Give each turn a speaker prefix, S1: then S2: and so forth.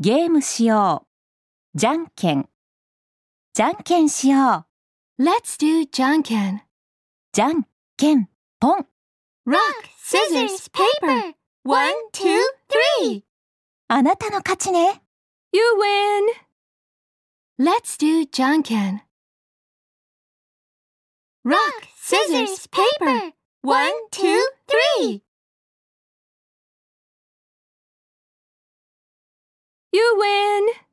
S1: ゲームしよう。じゃんけん。じゃんけんしよう。
S2: Let's do Junkin.
S1: じゃんけんぽん。
S2: Rock, scissors, paper. One, two, three.
S1: あなたの勝ちね。
S2: You win. Let's do Junkin. Rock, scissors, paper. One, two, three. You win.